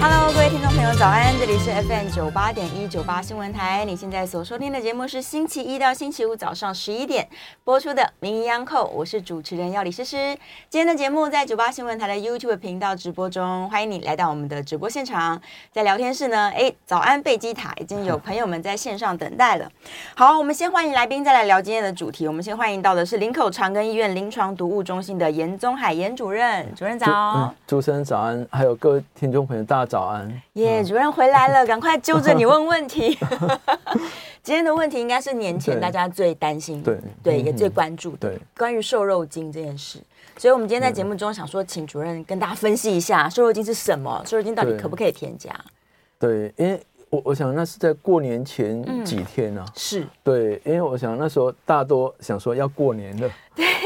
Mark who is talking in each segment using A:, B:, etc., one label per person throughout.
A: Hello，各位听众朋友，早安！这里是 FM 九八点一九八新闻台，你现在所收听的节目是星期一到星期五早上十一点播出的《名医央叩》，我是主持人药理诗诗。今天的节目在九八新闻台的 YouTube 频道直播中，欢迎你来到我们的直播现场。在聊天室呢，哎，早安贝基塔已经有朋友们在线上等待了。好，我们先欢迎来宾，再来聊今天的主题。我们先欢迎到的是林口长庚医院临床毒物中心的严宗海严主任，主任早。
B: 嗯主持人早安，还有各位听众朋友，大家早安。
A: 耶、主任回来 了，赶快揪着你问问题。今天的问题应该是年前
B: 对
A: 大家最担心，
B: 对
A: 对，
B: 嗯
A: 也最关注的
B: 对，
A: 关于瘦肉精这件事。所以，我们今天在节目中想说，请主任跟大家分析一下瘦肉精是什么，瘦肉精到底
B: 对
A: 可不可以添加？
B: 对，因为我我想那是在过年前几天啊。
A: 是
B: 对，因为我想那时候大多想说要过年了。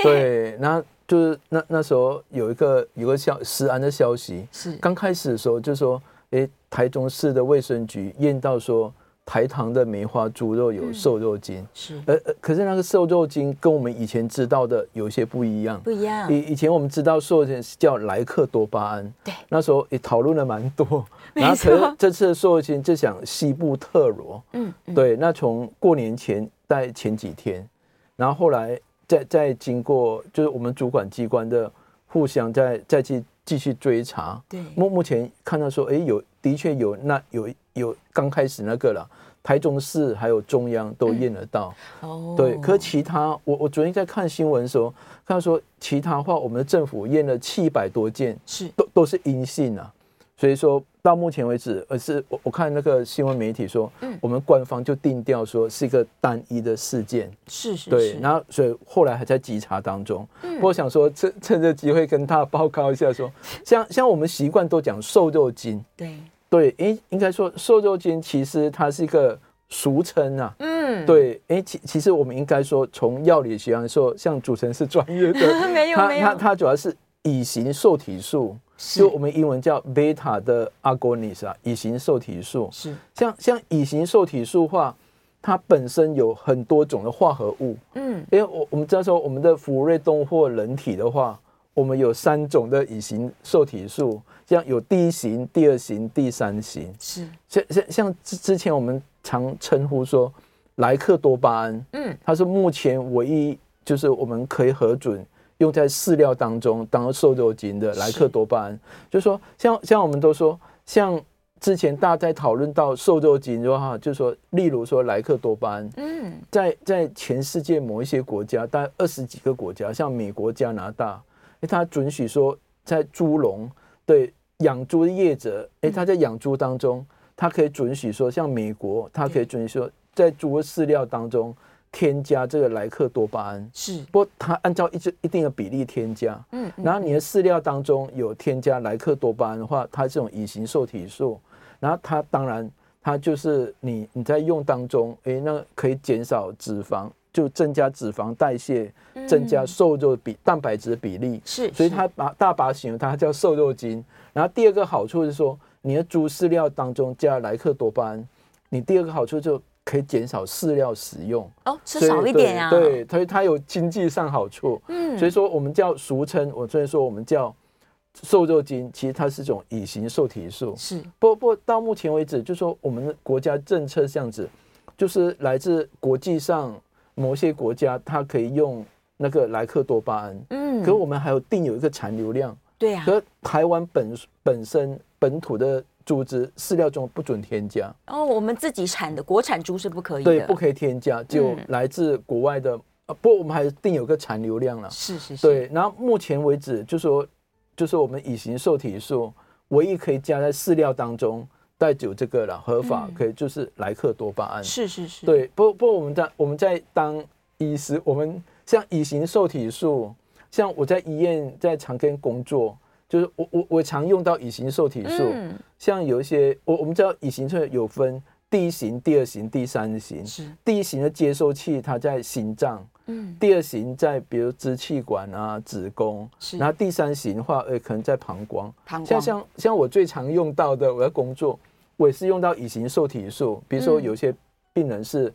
B: 对，那就是那那时候有一个有个消食安的消息，
A: 是，
B: 刚开始的时候就说，诶，台中市的卫生局验到说台糖的梅花猪肉有瘦肉精，
A: 是
B: 呃呃，可是那个瘦肉精跟我们以前知道的有一些不一样。
A: 不一样。
B: 以以前我们知道瘦肉精是叫莱克多巴胺，
A: 嗯对
B: 那时候也讨论了蛮多。
A: 没
B: 然后可
A: 错
B: 是这次的瘦肉精就想西部特罗，
A: 嗯，嗯，
B: 对，那从过年前在前几天，然后后来再再经过就是我们主管机关的互相再再去继续追查，
A: 对，
B: 目目前看到说，哎，有的确有那有有刚开始那个了，台中市还有中央都
A: 嗯
B: 验得到。
A: 哦
B: 对，可其他我我昨天在看新闻的时候，看到说其他话，我们的政府验了七百多件，
A: 是
B: 都都是阴性啊。所以说到目前为止，而是我我看那个新闻媒体说，
A: 嗯
B: 我们官方就定调说是一个单一的事件，
A: 是是嗯
B: 对，
A: 是，
B: 然后所以后来还在稽查当中。不过想说趁 趁这机会跟大家报告一下说 像像我们习惯都讲瘦肉精，
A: 对，
B: 对，应应该说瘦肉精其实它是一个俗称啊，
A: 嗯，
B: 对，哎，其其实我们应该说，从药理学上说，像主持人是专业 的，
A: 没有
B: 它
A: 没
B: 它
A: 有，
B: 它主要是乙型受体素，
A: 是
B: 就我们英文叫 beta 的 agonist 啊，乙型受体素。
A: 是
B: 像像乙型受体素的话，它本身有很多种的化合物，
A: 嗯
B: 因为我我们知道说，我们的福瑞动物或人体的话，我们有三种的乙型受体素，像有第一型、第二型、第三型。
A: 是
B: 像像像之之前我们常称呼说莱克多巴胺，
A: 嗯，
B: 它是目前唯一就是我们可以核准用在饲料当中当瘦肉精的莱克多巴胺。就是说像像我们都说，像之前大家在讨论到瘦肉精的话，就是说例如说莱克多巴胺，
A: 嗯
B: 在在全世界某一些国家，大概二十几个国家，像美国、加拿大，诶它准许说在猪笼对养猪的业者，诶，
A: 嗯
B: 他在养猪当中，它可以准许说，像美国，它可以准许说在猪的饲料当中添加这个莱克多巴胺，
A: 是
B: 不过它按照一直一定的比例添加，
A: 嗯嗯
B: 然后你的饲料当中有添加莱克多巴胺的话，它这种乙型受体素，然后它当然它就是你你在用当中，诶，那可以减少脂肪，就增加脂肪代谢，
A: 嗯
B: 增加瘦肉比蛋白质的比例，
A: 是，
B: 所以
A: 是
B: 它把大把形容它叫瘦肉精。然后第二个好处是说，你的猪饲料当中加莱克多巴胺，你第二个好处就可以减少饲料使用，
A: 哦吃
B: 所以
A: 少一
B: 对
A: 点啊，
B: 对，所以它有经济上好处。
A: 嗯
B: 所以说我们叫俗称，我所以说我们叫瘦肉精，其实它是一种乙型受体素。
A: 是
B: 不不，到目前为止，就说我们的国家政策这样子，就是来自国际上某些国家，它可以用那个莱克多巴胺，
A: 嗯
B: 可我们还有定有一个残留量，
A: 对啊，
B: 可台湾本本身本土的猪只饲料中不准添加，
A: 哦，我们自己产的国产猪是不可以的，
B: 对，不可以添加，就
A: 嗯
B: 来自国外的。呃不过我们还定有个残留量了，
A: 是是是，
B: 对，然后目前为止，就说就是我们乙型受体素，唯一可以加在饲料当中带有这个了，合
A: 嗯
B: 法可以就是莱克多巴胺。
A: 是是是，，
B: 对，不不，我们在我们在当医师，我们像乙型受体素，像我在医院在长庚工作，就是我我我常用到乙型受体素，
A: 嗯，
B: 像有一些我我们知道乙型受体素有分第一型、第二型、第三型。
A: 是，
B: 第一型的接收器它在心脏，
A: 嗯，
B: 第二型在比如支气管啊、子宫，
A: 是，
B: 然后第三型的话，呃，可能在膀胱。
A: 膀胱
B: 像像像我最常用到的，我在工作，我也是用到乙型受体素，比如说
A: 嗯
B: 有些病人是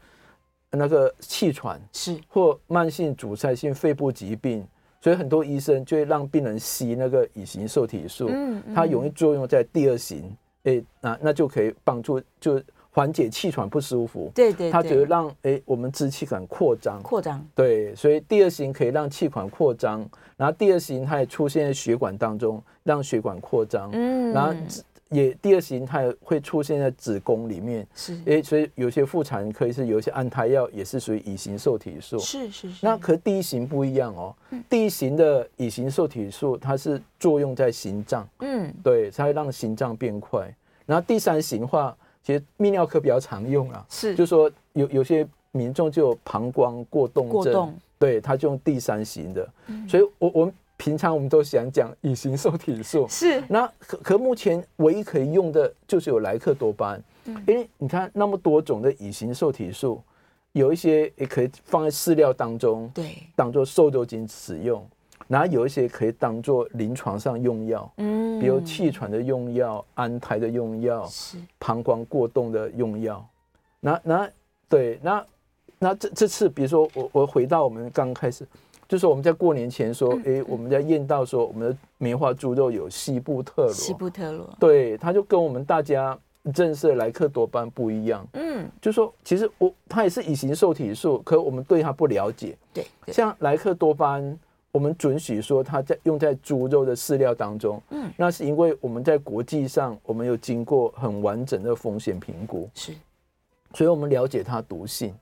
B: 那个气喘
A: 是
B: 或慢性阻塞性肺部疾病，所以很多医生就会让病人吸那个乙型受体素，
A: 嗯
B: 它容易作用在第二型，诶，那那就可以帮助就缓解气喘不舒服，
A: 对对，
B: 它只
A: 对
B: 会让诶我们支气管扩张，
A: 扩张，
B: 对，所以第二型可以让气管扩张，然后第二型它也出现在血管当中，让血管扩张，
A: 嗯
B: 然后子也第二型它也会出现在子宫里面，
A: 是
B: 诶，所以有些妇产科医师有一些安胎药也是属于乙型受体素。
A: 是嗯是是，
B: 那可第一型不一样哦，第一型的乙型受体素它是作用在心脏，
A: 嗯
B: 对，它会让心脏变快。然后第三型的话，其实泌尿科比较常用啊，
A: 是
B: 就说有有些民众就有膀胱过动
A: 过
B: 症，
A: 动嗯
B: 对，他就用第三型的。所以我我们平常我们都想讲乙型受体素，
A: 是
B: 那可可目前唯一可以用的就是有莱克多巴胺，
A: 嗯
B: 因为你看那么多种的乙型受体素，有一些也可以放在饲料当中，
A: 对，
B: 当做瘦肉精使用，然后有一些可以当做临床上用药，
A: 嗯
B: 比如气喘的用药、安胎的用药、
A: 是
B: 膀胱过动的用药。那那对那那这这次，比如说我我回到我们刚开始，就是我们在过年前说，诶，我们在验到说我们的梅花猪肉有西部特
A: 西
B: 罗，
A: 布特罗，
B: 对，它就跟我们大家认识的莱克多巴胺不一样。
A: 嗯，
B: 就说其实我它也是乙型受体素，可我们对它不了解。
A: 对，对
B: 像莱克多巴胺，我们准许说它在用在猪肉的饲料当中，
A: 嗯
B: 那是因为我们在国际上我们有经过很完整的风险评估，
A: 是，
B: 所以我们了解它毒性，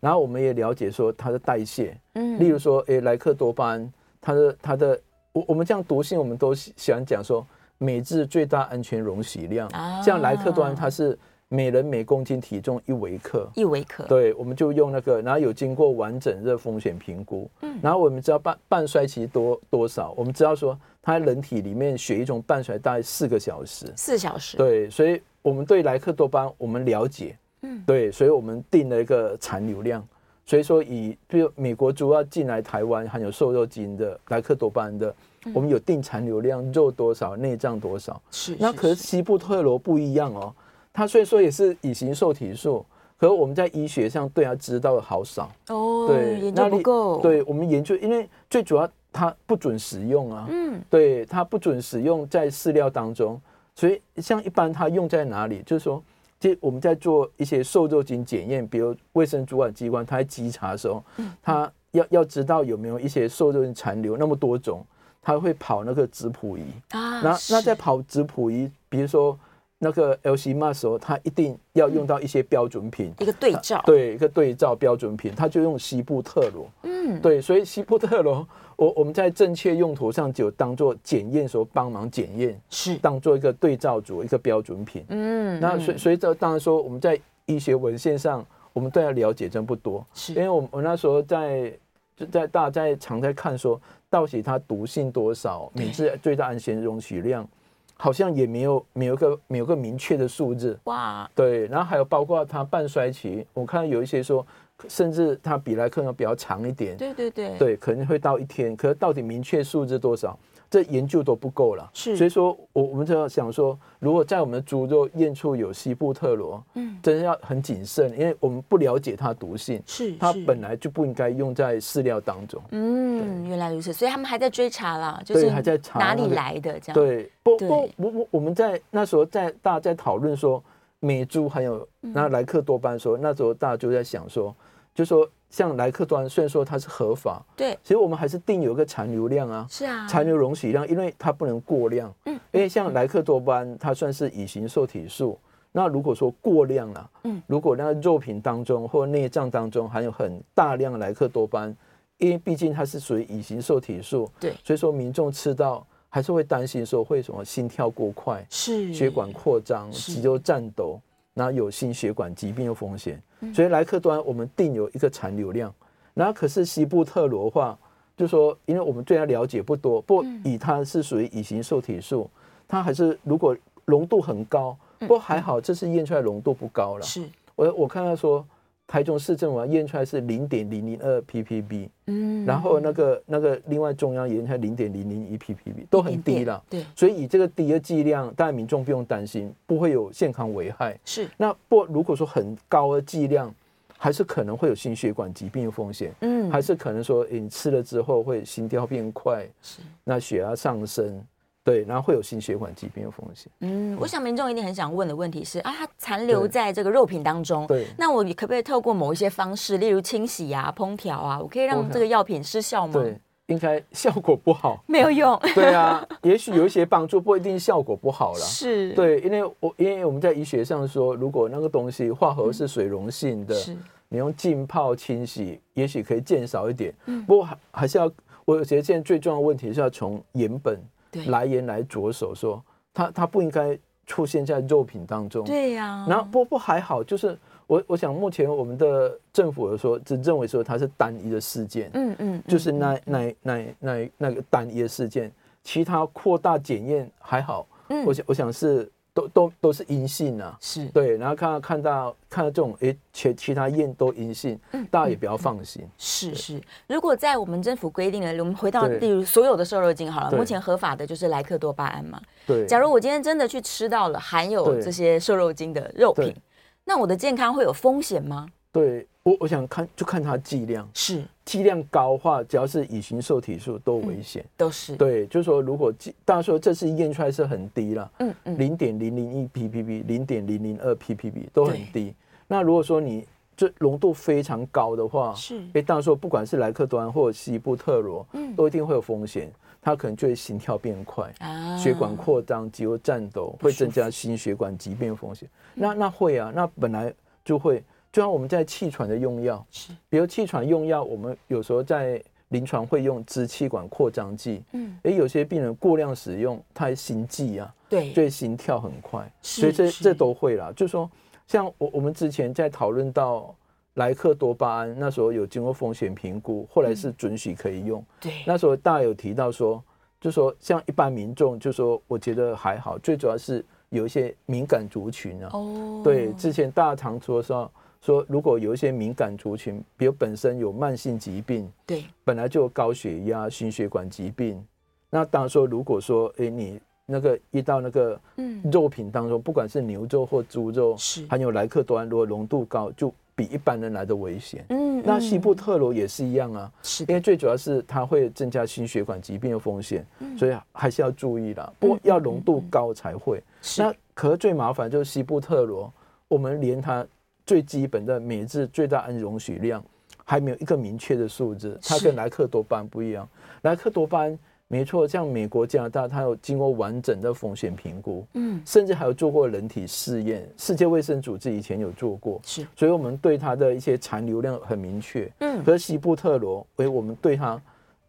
B: 然后我们也了解说它的代谢，
A: 嗯
B: 例如说，诶，莱克多巴胺，它的它的，我我们这样毒性，我们都喜喜欢讲说，每日最大安全容许量，
A: 啊
B: 像莱克多巴胺，它是每人每公斤体重一微克，
A: 一维克，
B: 对，我们就用那个，然后有经过完整的风险评估，嗯，然后我们知道半半衰期多多少，我们知道说它人体里面血液中半衰大概四个小时，
A: 四小时，
B: 对，所以我们对莱克多巴胺我们了解，嗯，对，所以我们定了一个残留量，所以说以比如美国猪要进来台湾含有瘦肉精的莱克多巴胺的，我们有定残留量，肉多少，内脏多少，
A: 是，
B: 那可是西部特罗不一样哦，它虽然说也是乙型受体素，可我们在医学上对它知道的好少。
A: 哦，
B: 对，
A: 研
B: 那
A: 究不
B: 你
A: 够，，
B: 对我们研究，因为最主要它不准使用啊，
A: 嗯，
B: 对，它不准使用在饲料当中，所以像一般它用在哪里，就是说。就我们在做一些瘦肉精检验，比如卫生主管机关，它在稽查的时候，
A: 嗯
B: 它要要知道有没有一些瘦肉精残留，那么多种，它会跑那个质谱仪，
A: 啊，
B: 那那
A: 是
B: 在跑质谱仪，比如说那个 LC m a 时候，它一定要用到一些标准品，
A: 一个对照，，
B: 对一个对照标准品，它就用西部特罗，
A: 嗯，
B: 对，所以西部特罗，我我们在正确用途上就当做检验时候帮忙检验，
A: 是，
B: 当做一个对照组一个标准品。
A: 嗯，
B: 那
A: 嗯
B: 随随着当然说我们在医学文献上，我们对它了解真不多，
A: 是
B: 因为我们我那时候在就在大家在常在看说到底它毒性多少，
A: 对
B: 每次最大安全容许量，好像也没有没有一个没有一个明确的数字。
A: 哇，
B: 对，然后还有包括它半衰期，我看到有一些说，甚至它比莱克能比较长一点，
A: 对对对，，
B: 对，可能会到一天，可是到底明确数字多少，这研究都不够了。
A: 是
B: 所以说我我们就要想说，如果在我们的猪肉验出有西布特罗，
A: 嗯，
B: 真的要很谨慎，因为我们不了解它毒性，
A: 是，
B: 它
A: 是
B: 本来就不应该用在饲料当中。
A: 嗯，原来如此，所以他们还在追查啦，就
B: 对
A: 是
B: 还在查
A: 哪
B: 那
A: 里
B: 个
A: 来的这样。，
B: 对，不
A: 对
B: 不，我我我们在那时候在大家在讨论说美猪还有
A: 嗯
B: 那莱克多巴胺的时候，那时候大家就在想说，就说像莱克多巴胺虽然说它是合法，
A: 对，
B: 其实我们还是定有一个残留量啊，
A: 是啊，
B: 残留容许量，因为它不能过量。嗯，因为像莱克多巴胺，它算是乙型受体素。那如果说过量了、嗯，如果那肉品当中或内脏当中含有很大量的莱克多巴胺，因为毕竟它是属于乙型受体素，
A: 对
B: 所以说民众吃到还是会担心说会什么心跳过快、
A: 是
B: 血管扩张、
A: 是
B: 肌肉颤抖，那有心血管疾病的风险。
A: 嗯
B: 所以莱克多安我们定有一个残留量，然后可是西布特罗的话，就说因为我们对它了解不多，不
A: 嗯
B: 以它是属于乙型受体素，它还是如果浓度很高，不过还好这次验出来浓度不高了。
A: 嗯是，
B: 我我看到说台中市政府验出来是零点零零二 ppb，
A: 嗯
B: 然后那个那个另外中央也才零点零零一 ppb 都很低了，
A: 对，
B: 所以以这个低的剂量，大家民众不用担心，不会有健康危害。
A: 是，
B: 那不如果说很高的剂量，还是可能会有心血管疾病的风险，
A: 嗯，
B: 还是可能说诶你吃了之后会心跳变快，
A: 是，
B: 那血压上升，对，然后会有心血管疾病的风险。
A: 嗯，我想民众一定很想问的问题是啊，它残留
B: 对
A: 在这个肉品当中，
B: 对
A: 那我可不可以透过某一些方式，例如清洗啊、烹调啊，我可以
B: 烹
A: 让
B: 调
A: 这个药品失效吗？
B: 对，，应该效果不好。
A: 没有用，
B: 对啊，也许有一些帮助，不一定效果不好 啦。
A: 是，，
B: 对，因为我因为我们在医学上说，如果那个东西化合物是水溶性的，
A: 是，
B: 你用浸泡清洗，也许可以减少一点。
A: 嗯
B: 不过还还是要，我觉得现在最重要的问题是要从原本
A: 对
B: 来源来着手说，它它不应该出现在肉品当中。
A: 对呀，
B: 然后不不还好，就是我我想目前我们的政府有说只认为说它是单一的事件，
A: 嗯嗯，
B: 就是那那那那那个单一的事件，其他扩大检验还好，
A: 嗯
B: 我想我想是都都都是阴性啊，
A: 是，
B: 对，然后看到看到看到这种诶，其其他验都阴性，
A: 嗯
B: 大家也不要放心，
A: 是是，如果在我们政府规定的，我们回到
B: 对
A: 例如所有的瘦肉精好了，
B: 对
A: 目前合法的就是莱克多巴胺嘛。
B: 对，
A: 假如我今天真的去吃到了含有
B: 对
A: 这些瘦肉精的肉品
B: 对，
A: 那我的健康会有风险吗？
B: 对我我想看就看它剂量，
A: 是，
B: 剂量高的话，只要是乙型受体素都
A: 嗯
B: 危险。
A: 都是。，
B: 对，就是说，如果剂大家说这次验出来是很低了，
A: 嗯嗯，
B: 零点零零一 ppb、零点零零二 ppb 都很低。那如果说你这浓度非常高的话，
A: 是
B: 诶，当然说不管是莱克多安或者西布特罗，
A: 嗯
B: 都一定会有风险，它可能就会心跳变快。
A: 啊
B: 血管扩张、肌肉颤抖，会增加心血管疾病风险。那那会啊，那本来就会，就像我们在气喘的用药，
A: 是，
B: 比如气喘用药，我们有时候在临床会用支气管扩张剂，
A: 嗯，
B: 诶，有些病人过量使用，他还心悸啊，
A: 对，
B: 所以心跳很快，
A: 嗯是
B: 所以这
A: 是
B: 这都会啦。就说像我我们之前在讨论到莱克多巴胺，那时候有经过风险评估，后来
A: 嗯
B: 是准许可以用。
A: 对，
B: 那时候大家有提到说，就说像一般民众，就说我觉得还好，最主要是有一些敏感族群啊。
A: 哦，
B: 对，之前大家常说说说，如果有一些敏感族群，比如本身有慢性疾病，
A: 对，
B: 本来就有高血压、心血管疾病，那当然说，如果说诶你那个一到那个
A: 嗯，
B: 肉品当中，不管是牛肉或猪肉，
A: 是
B: 含有莱克多安，如果浓度高，就比一般人来的危险。
A: 嗯，
B: 那
A: 嗯
B: 西布特罗也是一样啊，
A: 是
B: 因
A: 的，
B: 为最主要是它会增加心血管疾病的风险，
A: 嗯
B: 所以还是要注意啦。不过要浓度高才会。
A: 是
B: 那可是最麻烦就是西布特罗，我们连它最基本的每日最大安容许量还没有一个明确的数字，它
A: 是
B: 跟莱克多巴胺不一样。莱克多巴胺没错，像美国、加拿大，它有经过完整的风险评估，
A: 嗯
B: 甚至还有做过人体试验，世界卫生组织以前有做过，
A: 是
B: 所以我们对它的一些残留量很明确。
A: 嗯
B: 可是西布特罗，哎，我们对它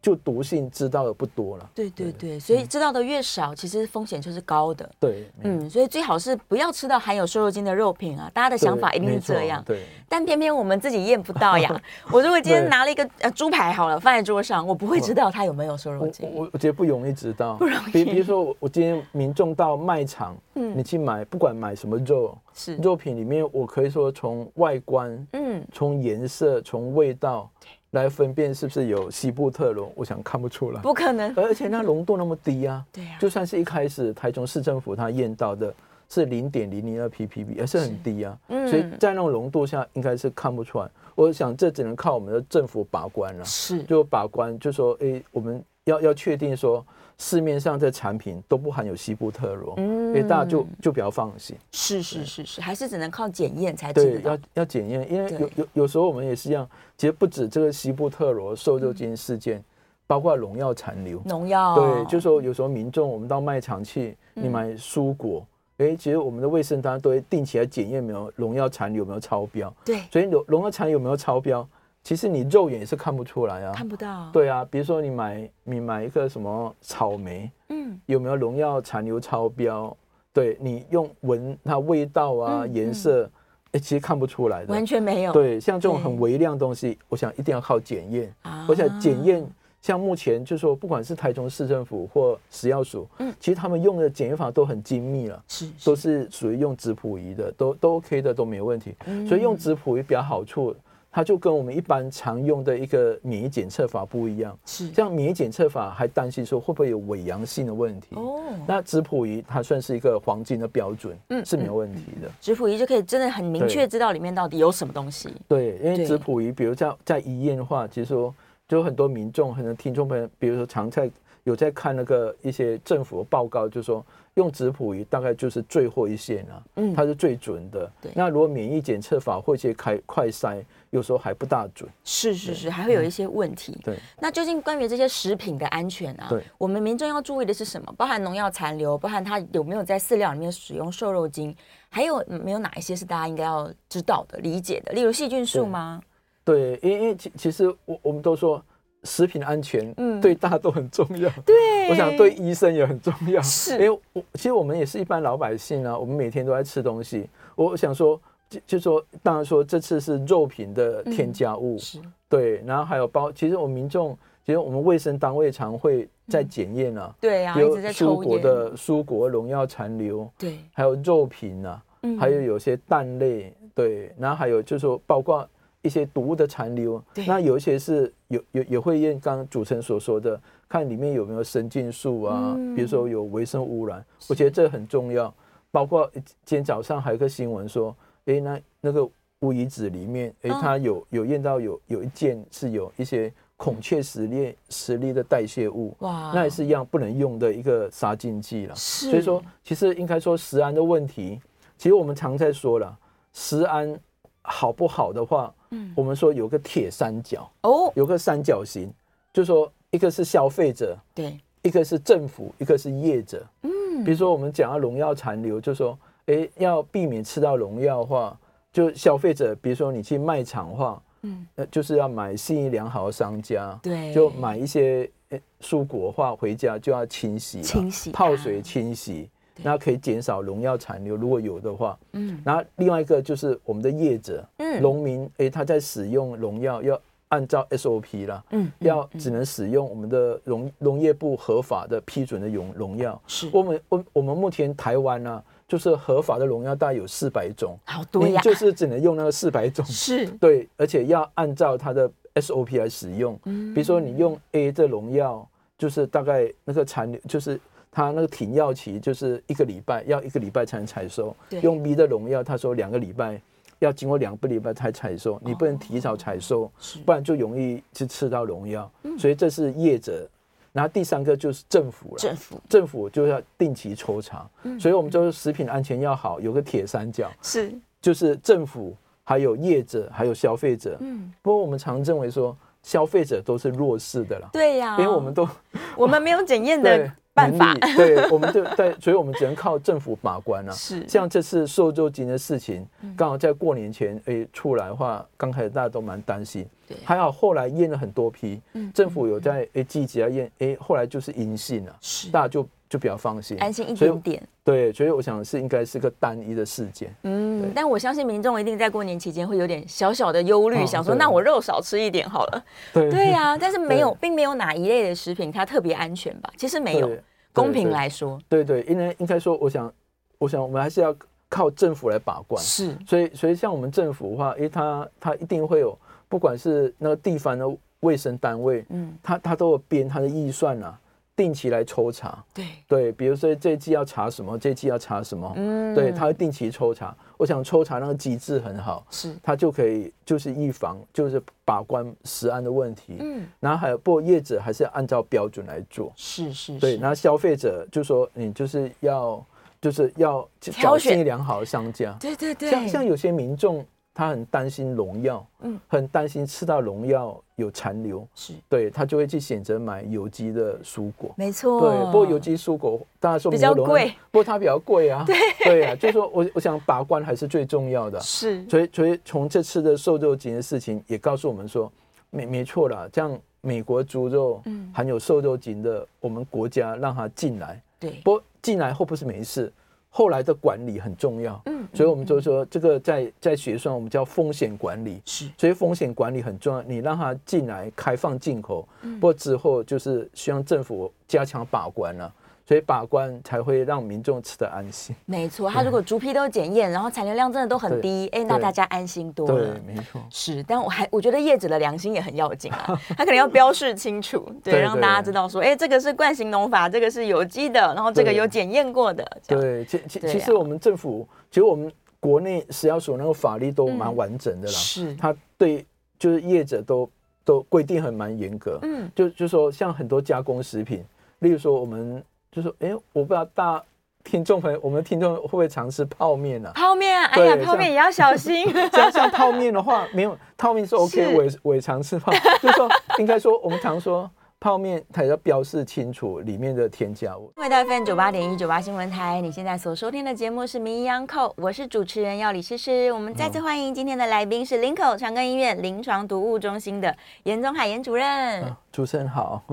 B: 就毒性知道的不多了。
A: 对对对，所以知道的越少，其实风险就是高的。
B: 对，嗯，
A: 嗯，所以最好是不要吃到含有瘦肉精的肉品啊！大家的
B: 对
A: 想法一定是
B: 没错
A: 这样，
B: 对，
A: 但偏偏我们自己验不到 呀。我如果今天
B: 对
A: 拿了一个呃猪排好了放在桌上，我不会知道它有没有瘦肉
B: 我
A: 精。
B: 我我觉得不容易知道，
A: 不容易
B: 比比如说我我今天民众到卖场，
A: 嗯
B: 你去买，不管买什么肉，
A: 是，
B: 肉品里面我可以说从外观、
A: 嗯，
B: 从颜色、从味道来分辨是不是有西布特罗，我想看不出来。
A: 不可能。
B: 而且那浓度那么低啊，
A: 对呀
B: 就算是一开始台中市政府它验到的是零点零零二 ppb，也是很低啊，
A: 嗯
B: 所以在那种浓度下应该是看不出来。我想这只能靠我们的政府把关了、
A: 是，
B: 就把关就说，诶，我们要要确定说市面上的产品都不含有西布特罗，
A: 嗯
B: 所以大家就就比较放心。
A: 是是是是，还是只能靠检验才知
B: 对，
A: 道
B: 要。要检验，因为
A: 对
B: 有有有时候我们也是一样，其实不止这个西布特罗瘦
A: 嗯
B: 肉精事件，包括农药残留，
A: 农药啊
B: 对，就说有时候民众我们到卖场去，你买蔬果，哎、其实我们的卫生单都会定期来检验有没有农药残留有没有超标，
A: 对，
B: 所以农农药残留有没有超标，其实你肉眼也是看不出来啊。
A: 看不到。
B: 对啊，比如说你买你买一个什么草莓，
C: 嗯，
B: 有没有农药残留超标，对你用闻它味道啊、
C: 嗯
B: 颜色，哎，其实看不出来的，
A: 完全没有。
B: 对，像这种
A: 对
B: 很微量的东西，我想一定要靠检验。
A: 啊
B: 而且检验，像目前就说，不管是台中市政府或食药署，
A: 嗯
B: 其实他们用的检验法都很精密了，
A: 是
B: 都是属于用质谱仪的，都都 OK 的，都没问题。
A: 嗯
B: 所以用质谱仪比较好处，它就跟我们一般常用的一个免疫检测法不一样。
A: 是
B: 像免疫检测法还担心说会不会有伪阳性的问题，
A: 哦。
B: 那质谱仪它算是一个黄金的标准，
A: 嗯
B: 是没有问题的。
A: 质谱仪就可以真的很明
B: 对
A: 确知道里面到底有什么东西。
B: 对，因为
A: 对
B: 质谱仪，比如在在医院的话，其实说就很多民众，很多听众朋友，比如说常在有在看那个一些政府的报告，就说用质谱仪大概就是最后一线啊，
A: 嗯
B: 它是最准的。
A: 对
B: 那如果免疫检测法或一些开快筛，有时候还不大准。
A: 是是是，还会
B: 嗯
A: 有一些问题。
B: 对，
A: 那究竟关于这些食品的安全啊
B: 对，
A: 我们民众要注意的是什么？包含农药残留，包含它有没有在饲料里面使用瘦肉精，还有没有哪一些是大家应该要知道的、理解的？例如细菌素吗？
B: 对，因为因为其其实我我们都说食品安全，
A: 嗯
B: 对大家都很重要。
A: 对
B: 我想对医生也很重要，
A: 哎是
B: 因为我其实我们也是一般老百姓啊，我们每天都在吃东西。我想说，就就说，当然说这次是肉品的添加物，
A: 嗯是
B: 对，然后还有包，其实我们民众，其实我们卫生单位常会在检验啊，
A: 对啊，
B: 比如
A: 嗯一直在
B: 蔬
A: 抽
B: 果
A: 烟，
B: 的蔬果农药残留，
A: 对，
B: 还有肉品啊，
A: 嗯
B: 还有有些蛋类，对，然后还有就是说包括一些毒物的残留
A: 对，
B: 那有一些是有有也会验刚刚主持人所说的，看里面有没有生菌素啊，
A: 嗯
B: 比如说有微生物污染，我觉得这很重要。包括今天早上还有一个新闻说，诶，那那个乌鱼子里面，诶，
A: 哦
B: 它有有验到有有一件是有一些孔雀石粒石粒的代谢物，
A: 哇
B: 那也是一样不能用的一个杀菌剂了。
A: 是，
B: 所以说，其实应该说食安的问题，其实我们常在说了，食安好不好的话，
A: 嗯
B: 我们说有个铁三角，
A: 哦，
B: 有个三角形，就说一个是消费者，
A: 对，
B: 一个是政府，一个是业者。嗯，比如说我们讲到农药残留，就说，诶，要避免吃到农药的话，就消费者，比如说你去卖场的话，
A: 嗯，
B: 呃，就是要买信誉良好的商家，
A: 对
B: 就买一些呃蔬果的话回家就要清洗啦，
A: 清洗
B: 泡
A: 啊
B: 水清洗，
A: 对
B: 那可以减少农药残留，如果有的话。
A: 嗯
B: 然后另外一个就是我们的业者，
A: 嗯
B: 农民，诶，他在使用农药要按照 SOP 啦，
A: 嗯，
B: 要只能使用我们的农农业部合法的批准的农农药。
A: 是
B: 我们我我们目前台湾呢、就是合法的农药大概有四百种，
A: 好多呀
B: 你，就是只能用那个四百种。
A: 是
B: 对，而且要按照它的 SOP 来使用。
A: 嗯
B: 比如说你用 A 这农药，就是大概那个残留，就是它那个停药期就是一个礼拜，要一个礼拜才能采收
A: 对。
B: 用 B 的农药，他说两个礼拜。要经过两个礼拜才采收，你不能提早采收，
A: 是
B: 不然就容易去吃到农药。
A: 嗯
B: 所以这是业者。然后第三个就是政府了，
A: 政府嗯
B: 政府就是要定期抽查。所以我们就是食品安全要好，有个铁三角。
A: 是
B: 就是政府、还有业者、还有消费者。
A: 嗯，
B: 不过我们常认为说消费者都是弱势的啦，
A: 对呀，
B: 因为我们都
A: 我们没有检验
B: 对
A: 的办法，
B: 能力对，我们就对，所以我们只能靠政府把关 啊。
A: 是嗯
B: 像这次瘦肉精的事情，刚好在过年前诶出来的话，刚开始大家都蛮担心
A: 对，
B: 还好后来验了很多批
A: 嗯，
B: 政府有在诶积极来验，诶后来就是阴性了，
A: 是
B: 大家就就比较放心，
A: 安心一
B: 所以
A: 点点。
B: 对，所以我想是应该是个单一的事件。
A: 嗯
B: 对，
A: 但我相信民众一定在过年期间会有点小小的忧虑，
B: 哦
A: 想说
B: 对
A: 那我肉少吃一点好了。
B: 对
A: 对呀、但是没有，
B: 对
A: 并没有哪一类的食品它特别安全吧？其实没有
B: 对，
A: 公平
B: 对
A: 来说
B: 对对，应该应该说，我想，我想我们还是要靠政府来把关。
A: 是
B: 所以，所以像我们政府的话，因为它它一定会有，不管是那个地方的卫生单位，
A: 嗯，
B: 它它都有编它的预算啊，定期来抽查。
A: 对，
B: 对，比如说这一季要查什么，这一季要查什么，
A: 嗯
B: 对，它会定期抽查。我想抽查那个机制很好，
A: 是
B: 它就可以就是预防，就是把关食安的问题。
A: 嗯
B: 然后还有，不过业者还是要按照标准来做。
A: 是是
B: 对，
A: 是
B: 那消费者就说你就是要就是要
A: 挑
B: 找
A: 选
B: 信誉良好的商家，
A: 对对对，
B: 像像有些民众他很担心农药，
A: 嗯
B: 很担心吃到农药有残留，
A: 是
B: 对他就会去选择买有机的蔬果。
A: 没错，
B: 对，不过有机蔬果当然说
A: 哦比较
B: 没有农药
A: 贵，
B: 不过它比较 贵啊。对啊，就说我我想把关还是最重要的。
A: 是
B: 所以，所以从这次的瘦肉精的事情也告诉我们说，没没错啦，这样美国猪肉
A: 嗯
B: 含有瘦肉精的，我们国家让它进来。
A: 对，
B: 不过进来后不是没事，后来的管理很重要。
A: 嗯
B: 所以我们就说这个在在学术上我们叫风险管理。
A: 是
B: 所以风险管理很重要，你让它进来开放进口，
A: 嗯
B: 不过之后就是希望政府加强把关了、所以把关才会让民众吃得安心。
A: 没错。它如果猪皮都检验，然后残留量真的都很
B: 对
A: 低，哎，那
B: 对
A: 大家安心多
B: 对
A: 了，。
B: 没错。
A: 是，但我还我觉得叶子的良心也很要紧啊，他可能要标示清楚，对，
B: 对
A: 让大家
B: 对
A: 知道说，哎，这个是惯性农法，这个是有机的，然后这个
B: 对
A: 有检验过的，这样，
B: 对，其其
A: 对
B: 其实
A: 啊
B: 我们政府，其实我们国内食药署那个法律都蛮完整的啦，
A: 是，
B: 它对就是业者都都规定很蛮严格，
A: 嗯，
B: 就就说像很多加工食品，例如说我们就说，哎、我不知道大听众朋友，我们听众会不会常吃泡面 啊？
A: 泡面啊，哎呀，
B: 对
A: 泡面也要小心，
B: 像像泡面的话，没有泡面是 OK，
A: 是
B: 我也我也常吃泡，就是说应该说我们常说泡面，它也要标示清楚里面的添加物。
A: 回到 FM 九八点一九八新闻台，你现在所收听的节目是《名医央叩》，我是主持人要李诗诗。我们再
B: 嗯
A: 次欢迎今天的来宾是林口长庚医院临床毒物中心的严宗海严主任。
B: 啊主持人好，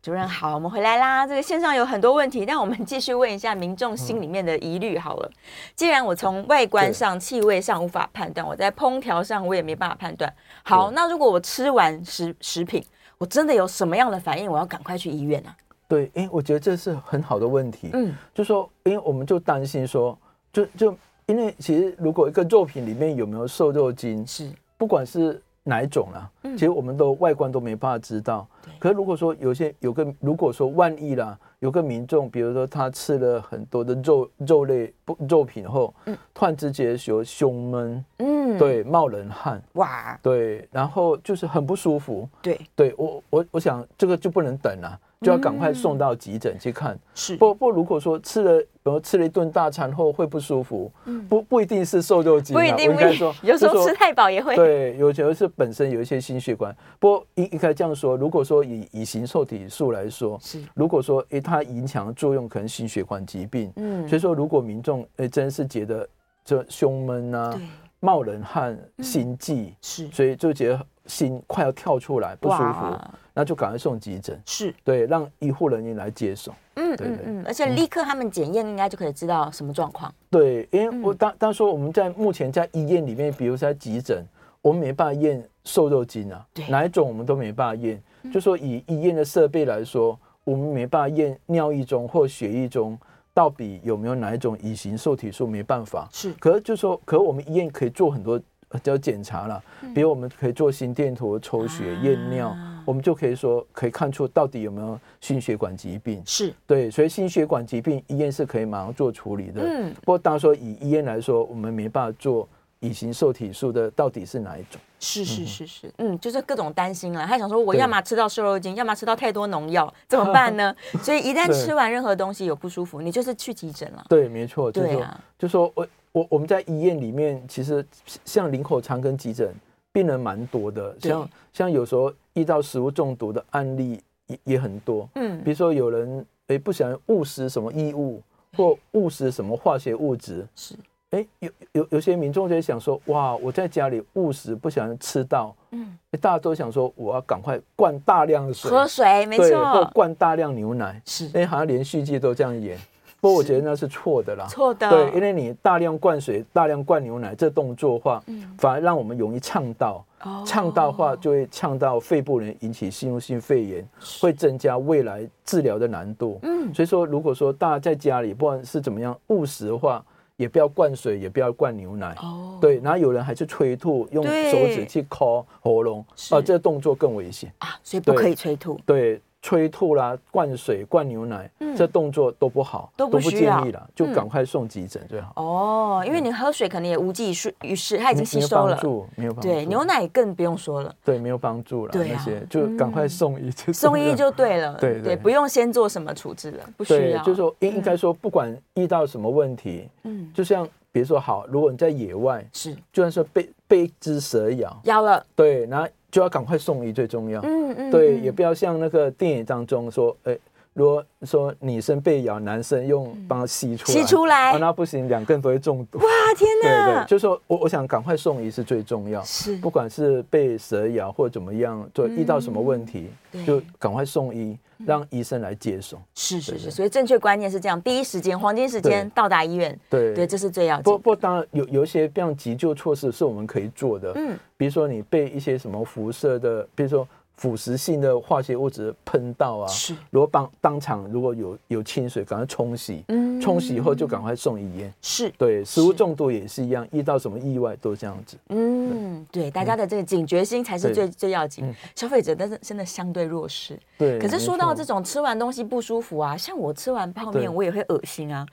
A: 主任
B: 嗯
A: 好，我们回来啦。这个线上有很多问题，但我们继续问一下民众心里面的疑虑好
B: 嗯
A: 了。既然我从外观上、气味上无法判断，我在烹调上我也没办法判断。好，
B: 对
A: 那如果我吃完食食品，我真的有什么样的反应，我要赶快去医院啊。
B: 对，哎、我觉得这是很好的问题。
A: 嗯，
B: 就说，因为我们就担心说，就就因为其实如果一个肉品里面有没有瘦肉精，
A: 是
B: 不管是哪一种啦、
A: 嗯
B: 其实我们都外观都没办法知道。可是如果说有些有个，如果说万一啦，有个民众，比如说他吃了很多的肉肉类不肉品后，突然之间有胸闷，
A: 嗯，
B: 对，冒冷汗，
A: 哇，
B: 对，然后就是很不舒服，
A: 对，
B: 对我我我想这个就不能等了。就要赶快
A: 嗯
B: 送到急诊去看，
A: 是
B: 不不，如果说吃了，比如吃了一顿大餐后会不舒服，不不一定是瘦肉精、
A: 嗯
B: 啊，
A: 不一定
B: 我应该说，
A: 有时
B: 就
A: 候
B: 说
A: 吃太饱也会。
B: 对，有些是本身有一些心血管。不过应应该这样说，如果说以以型受体素来说，
A: 是
B: 如果说诶它影响的作用可能心血管疾病，
A: 嗯
B: 所以说如果民众诶真是觉得这胸闷啊、
A: 对，嗯
B: 冒冷汗、心悸，
A: 是
B: 所以就觉得心快要跳出来不舒服
A: 哇，
B: 那就赶快送急诊，
A: 是，
B: 对，让医护人员来接手。
A: 嗯
B: 对
A: 嗯
B: 对
A: 嗯，而且立刻他们检验应该就可以知道什么状况。
B: 对，因为我
A: 嗯
B: 当当说我们在目前在医院里面，比如说在急诊，我们没办法验瘦肉精啊
A: 对，嗯
B: 哪一种我们都没办法验。就说以医院的设备来说，我们没办法验尿液中或血液中到底有没有哪一种乙型受体素，没办法。
A: 是
B: 可是就说，可我们医院可以做很多呃叫检查了，比如我们可以做心电图、抽血、验尿
A: 嗯啊，
B: 我们就可以说可以看出到底有没有心血管疾病。
A: 是，
B: 对，所以心血管疾病医院是可以马上做处理的。
A: 嗯
B: 不过当然说以医院来说，我们没办法做乙型受体素的到底是哪一种。
A: 是是是是，嗯，就是各种担心啦。他想说，我要么吃到瘦肉精，要么吃到太多农药，怎么办呢？所以一旦
B: 对
A: 吃完任何东西有不舒服，你就是去急诊了。
B: 对，没错，就
A: 对
B: 说、
A: 啊
B: 就说我我我们在医院里面，其实像林口长庚急诊病人蛮多的，
A: 对
B: 像像有时候遇到食物中毒的案例也也很多，
A: 嗯
B: 比，如说有人诶不小心误食什么异物或误食什么化学物质，
A: 是
B: 诶有有有些民众就会想说，哇，我在家里误食不小心吃到，
A: 嗯，
B: 诶大家都想说我要赶快灌大量的水，
A: 喝水没
B: 对，或
A: 错，
B: 灌大量牛奶，
A: 是
B: 哎，好像连续剧都这样演。不过我觉得那是错的啦，
A: 错的，
B: 对，因为你大量灌水、大量灌牛奶这动作的话，反而让我们容易呛到，
A: 嗯哦
B: 呛到的话就会呛到肺部人，引起吸入性肺炎，会增加未来治疗的难度。
A: 嗯
B: 所以说，如果说大家在家里不管是怎么样误食的话，也不要灌水，也不要灌牛奶。
A: 哦，
B: 对，然后有人还去催吐，用
A: 对
B: 手指去抠喉咙，哦、
A: 是
B: 这动作更危险。
A: 啊，所以不
B: 对
A: 可以催吐，
B: 对，催吐啦、灌水、灌牛奶，这动作都不好，
A: 嗯都不需
B: 建
A: 要嗯
B: 议了，就赶快送急诊最好。
A: 哦，
B: 嗯
A: 因为你喝水可能也无济于事，于事它已
B: 没
A: 经吸
B: 有
A: 收
B: 帮
A: 了。
B: 助，没有帮助。
A: 对，牛奶更不用说了，
B: 对没有帮助了，
A: 对
B: 那
A: 啊
B: 些就赶快送医，就
A: 送医
B: 了
A: 就对了，
B: 对对
A: 不用先做什么处置了，不需
B: 对
A: 要。，
B: 就说应应该说，不管遇到什么问题，
A: 嗯，
B: 就像比如说好，如果你在野外，
A: 是
B: 就算说被被一只蛇咬，
A: 要了，
B: 对，然后就要赶快送医最重要。
A: 嗯嗯，
B: 对，
A: 嗯
B: 也不要像那个电影当中说，哎，如果说女生被咬，男生用帮它吸出来，
A: 吸出来
B: 啊那不行，两个人都会中毒。
A: 哇，啊天
B: 对
A: 哪！
B: 对，就是说我我想赶快送医是最重要，
A: 是
B: 不管是被蛇咬或怎么样，就遇到什么问题，
A: 嗯对嗯
B: 就赶快送医，让医生来接送。
A: 是是
B: 对
A: 是，
B: 对
A: 所以正确观念是这样：第一时间、黄金时间
B: 对
A: 到达医院，
B: 对
A: 对，这是最要
B: 不
A: 紧。
B: 不，当然有有一些非常急救措施是我们可以做的，
A: 嗯，
B: 比如说你被一些什么辐射的，比如说腐蚀性的化学物质喷到啊，
A: 是
B: 如果当当场如果有有清水，赶快冲洗，
A: 嗯
B: 冲洗以后就赶快送医院。
A: 是，
B: 对，食物
A: 是
B: 中毒也是一样，遇到什么意外都这样子。
A: 嗯，对，大家的这个警觉心才是
B: 对
A: 最最要紧
B: 嗯。
A: 消费者但是真的相对弱势。
B: 对，
A: 可是
B: 没
A: 说到
B: 错
A: 这种吃完东西不舒服啊，像我吃完泡
B: 对
A: 面我也会恶心啊。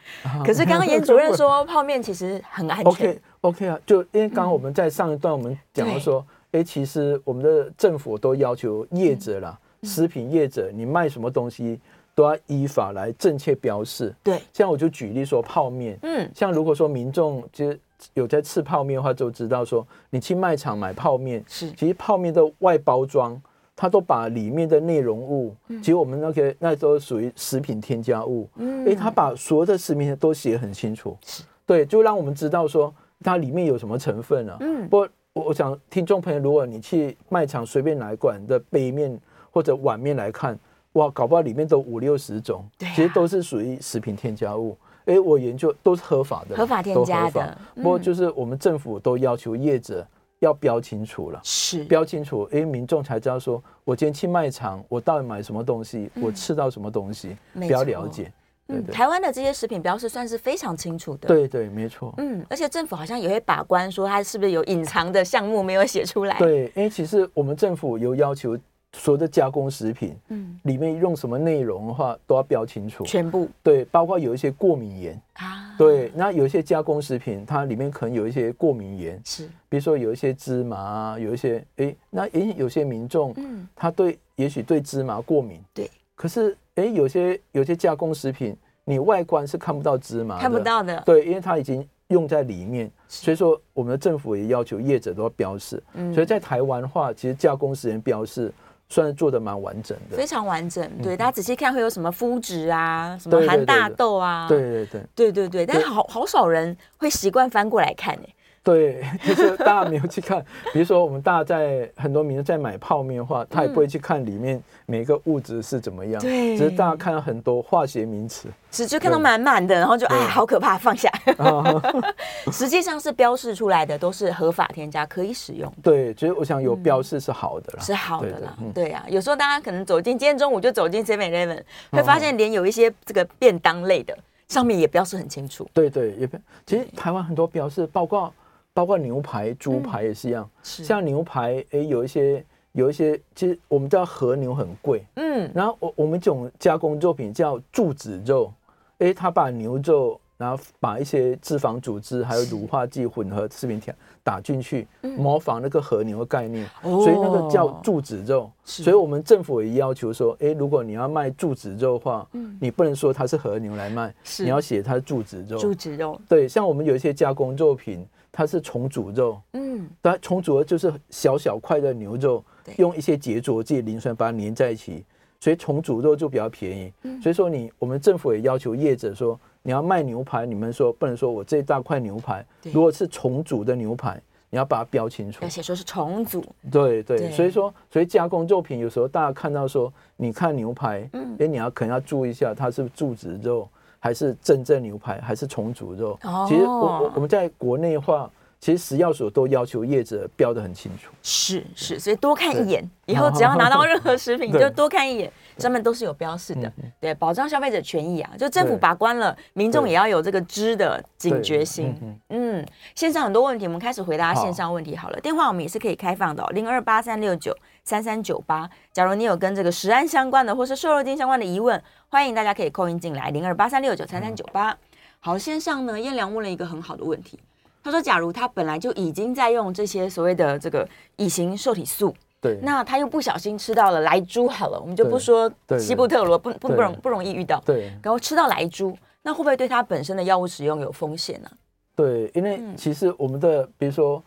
A: 可是刚刚严主任 说泡面其实很安全
B: OK OK 啊，就因为刚刚我们在上一段我们讲到说，哎、
A: 嗯
B: 其实我们的政府都要求业者啦，
A: 嗯
B: 食品业者，你卖什么东西都要依法来正确标示。
A: 对，
B: 像我就举例说泡面，
A: 嗯，
B: 像如果说民众其实有在吃泡面的话，就知道说你去卖场买泡面，
A: 是
B: 其实泡面的外包装。它都把里面的内容物，其实我们那个那都属于食品添加物，嗯，哎，它把所有的食品都写很清楚，对，就让我们知道说它里面有什么成分啊。
A: 嗯
B: 嗯，不过我我想听众朋友，如果你去卖场随便拿一罐的杯面或者碗面来看，哇，搞不好里面都五六十种，
A: 对啊
B: 其实都是属于食品添加物。哎，我研究都是合法的啦，
A: 合法添
B: 都
A: 加
B: 合法
A: 的嗯
B: 不过就是我们政府都要求业者要标清楚了。
A: 是
B: 标清楚，哎，民众才知道说，我今天去卖场，我到底买什么东西，我吃到什么东西，
A: 嗯没
B: 比较
A: 错
B: 了解。对
A: 嗯，
B: 对
A: 台湾的这些食品标示算是非常清楚的。。
B: 对对，没错。
A: 嗯，而且政府好像也会把关，说它是不是有隐藏的项目没有写出来。，
B: 对，因为其实我们政府有要求，所有的加工食品
A: 嗯，
B: 里面用什么内容的话，都要标清楚。
A: 全部
B: 对，包括有一些过敏源，
A: 啊，，
B: 对，那有一些加工食品，它里面可能有一些过敏源，
A: 是，
B: 比如说有一些芝麻啊，有一些诶，那也有些民众
A: 嗯，
B: 他对也许对芝麻过敏，
A: 对，
B: 可是诶，有些有些加工食品，你外观是看不到芝麻，
A: 看不，到的，
B: 对，因为它已经用在里面，所以说我们的政府也要求业者都要标示。
A: 嗯
B: 所以在台湾的话，其实加工时间标示算是做的蛮完整的
A: 非。常完整。对，
B: 嗯
A: 大家仔细看会有什么麸质啊，什么
B: 对对
A: 含
B: 对
A: 大
B: 对
A: 豆啊，
B: 对对对
A: 对对对，但好好少人会习惯翻过来看欸诶。
B: 对，就是大家没有去看，比如说我们大家在很多民众在买泡面的话，他也不会去看里面每个物质是怎么样，
A: 对
B: 只是大家看到很多化学名词。
A: 只就看到
B: 对
A: 满满的，然后就哎，
B: 对
A: 好可怕，放下。哦 实际上是标示出来的都是合法添加，可以使用的。
B: 对，其实我想有标示是好的啦，
A: 是好的
B: 啊对
A: 啦，
B: 嗯
A: 对呀、啊，有时候大家可能走进今天中午就走进 Seven Eleven，会发
B: 哦
A: 现连有一些这个便当类的上面也标示很清楚，
B: 对对，也不其实台湾很多标示，包括包括牛排、猪排也是一样，
A: 嗯是
B: 像牛排，诶，有一些有一些，其实我们知道和牛很贵，
A: 嗯，
B: 然后我我们这种加工肉品叫注脂肉，诶，它把牛肉，然后把一些脂肪组织还有乳化剂混合食品添打进去，模仿那个和牛的概念，
A: 嗯哦
B: 所以那个叫注脂肉。所以我们政府也要求说，诶，如果你要卖注脂肉的话，你不能说它是和牛来卖，
A: 嗯是
B: 你要写它是注脂肉。
A: 猪脂肉，
B: 对，像我们有一些加工肉品，它是重组肉，
A: 嗯，
B: 它重组肉就是小小块的牛肉
A: 对，
B: 用一些结着剂磷酸把它粘在一起，所以重组肉就比较便宜。
A: 嗯
B: 所以说你我们政府也要求业者说，你要卖牛排，你们说不能说我这一大块牛排，
A: 对
B: 如果是重组的牛排，你要把它标清楚
A: 而。且说是重组，
B: 对
A: 对
B: 对，所以说，所以加工肉品有时候大家看到说，你看牛排，嗯，哎，你要可能要注意一下，它是不是注脂肉，还是真正牛排，还是重组肉？
A: 哦
B: 其实我我我们在国内的话，其实食药所都要求业者标的很清楚。
A: 是是，所以多看一眼，
B: 对
A: 以后只 要拿到任何食品，你
B: 对嗯
A: 就多看一眼，上面都是有标示的，对，保障消费者权益啊。就政府
B: 对
A: 把关了，民众
B: 对
A: 也要有这个知的警觉心
B: 对嗯。
A: 嗯，线上很多问题，我们开始回答线上问题好了。电话我们也是可以开放的、哦，零二八三六九三三九八。假如你有跟这个食安相关的或是瘦肉精相关的疑问，欢迎大家可以扣音进来，零二八三六九三三九八。好，线上呢，燕良问了一个很好的问题。他说：“假如他本来就已经在用这些所谓的这个乙型受体素，
B: 对，
A: 那他又不小心吃到了莱猪，好了，我们就不
B: 对
A: 说
B: 对对
A: 西布特罗，不不不
B: 对
A: 容不容易遇到，
B: 对
A: 然后吃到莱猪，那会不会对他本身的药物使用有风险呢、
B: 对，因为其实我们的比如说